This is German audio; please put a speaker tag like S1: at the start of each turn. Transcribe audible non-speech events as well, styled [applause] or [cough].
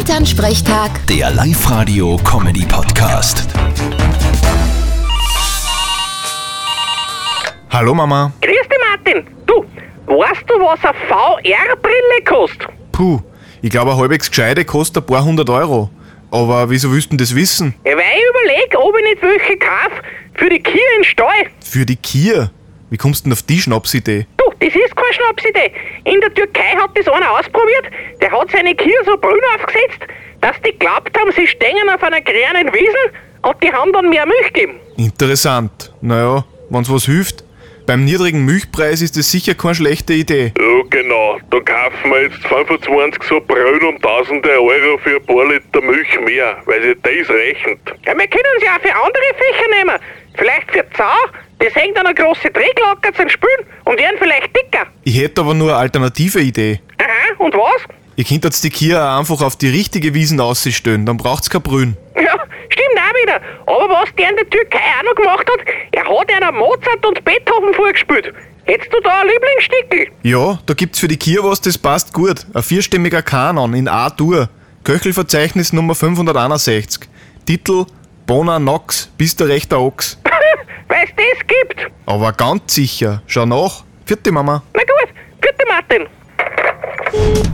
S1: Elternsprechtag,
S2: Der Live-Radio-Comedy-Podcast.
S3: Hallo Mama.
S4: Grüß dich, Martin. Du, weißt du, was eine VR-Brille kostet?
S3: Puh, ich glaube, ein halbwegs Gescheite kostet ein paar hundert Euro. Aber wieso willst du denn das wissen?
S4: Ja, Weil ich überlege, ob ich nicht welche kaufe für die Kier im Stall.
S3: Für die Kia. Wie kommst du denn auf die Schnapsidee?
S4: Du, das ist keine Schnapsidee. In der Türkei hat das einer ausprobiert, der hat seine Kier so Brühen aufgesetzt, dass die glaubt haben, sie stehen auf einer grünen Wiese und die haben dann mehr Milch gegeben.
S3: Interessant. Naja, wenn's was hilft. Beim niedrigen Milchpreis ist das sicher keine schlechte Idee.
S5: Ja, genau. Da kaufen wir jetzt 25 so Brühen um tausende Euro für ein paar Liter Milch mehr, weil sich das rechnet.
S4: Ja, wir können sie auch für andere Fächer nehmen. Vielleicht für Zau, das hängt an eine große Drehglocke zum Spülen und werden vielleicht dicker.
S3: Ich hätte aber nur eine alternative Idee.
S4: Aha, und was?
S3: Ihr könntet die Kia auch einfach auf die richtige Wiesen ausstöhnen, dann braucht's kein Brünn.
S4: Ja, stimmt auch wieder. Aber was der in der Türkei auch noch gemacht hat, er hat einer Mozart und Beethoven vorgespielt. Hättest du da ein Lieblingsstickel?
S3: Ja, da gibt's für die Kia was, das passt gut. Ein vierstimmiger Kanon in A-Dur. Köchelverzeichnis Nummer 561. Titel Bona Nox, bist der rechter Ochs.
S4: [laughs] Weil's das gibt.
S3: Aber ganz sicher, schau nach. Vierte Mama.
S4: Na gut, bitte Martin.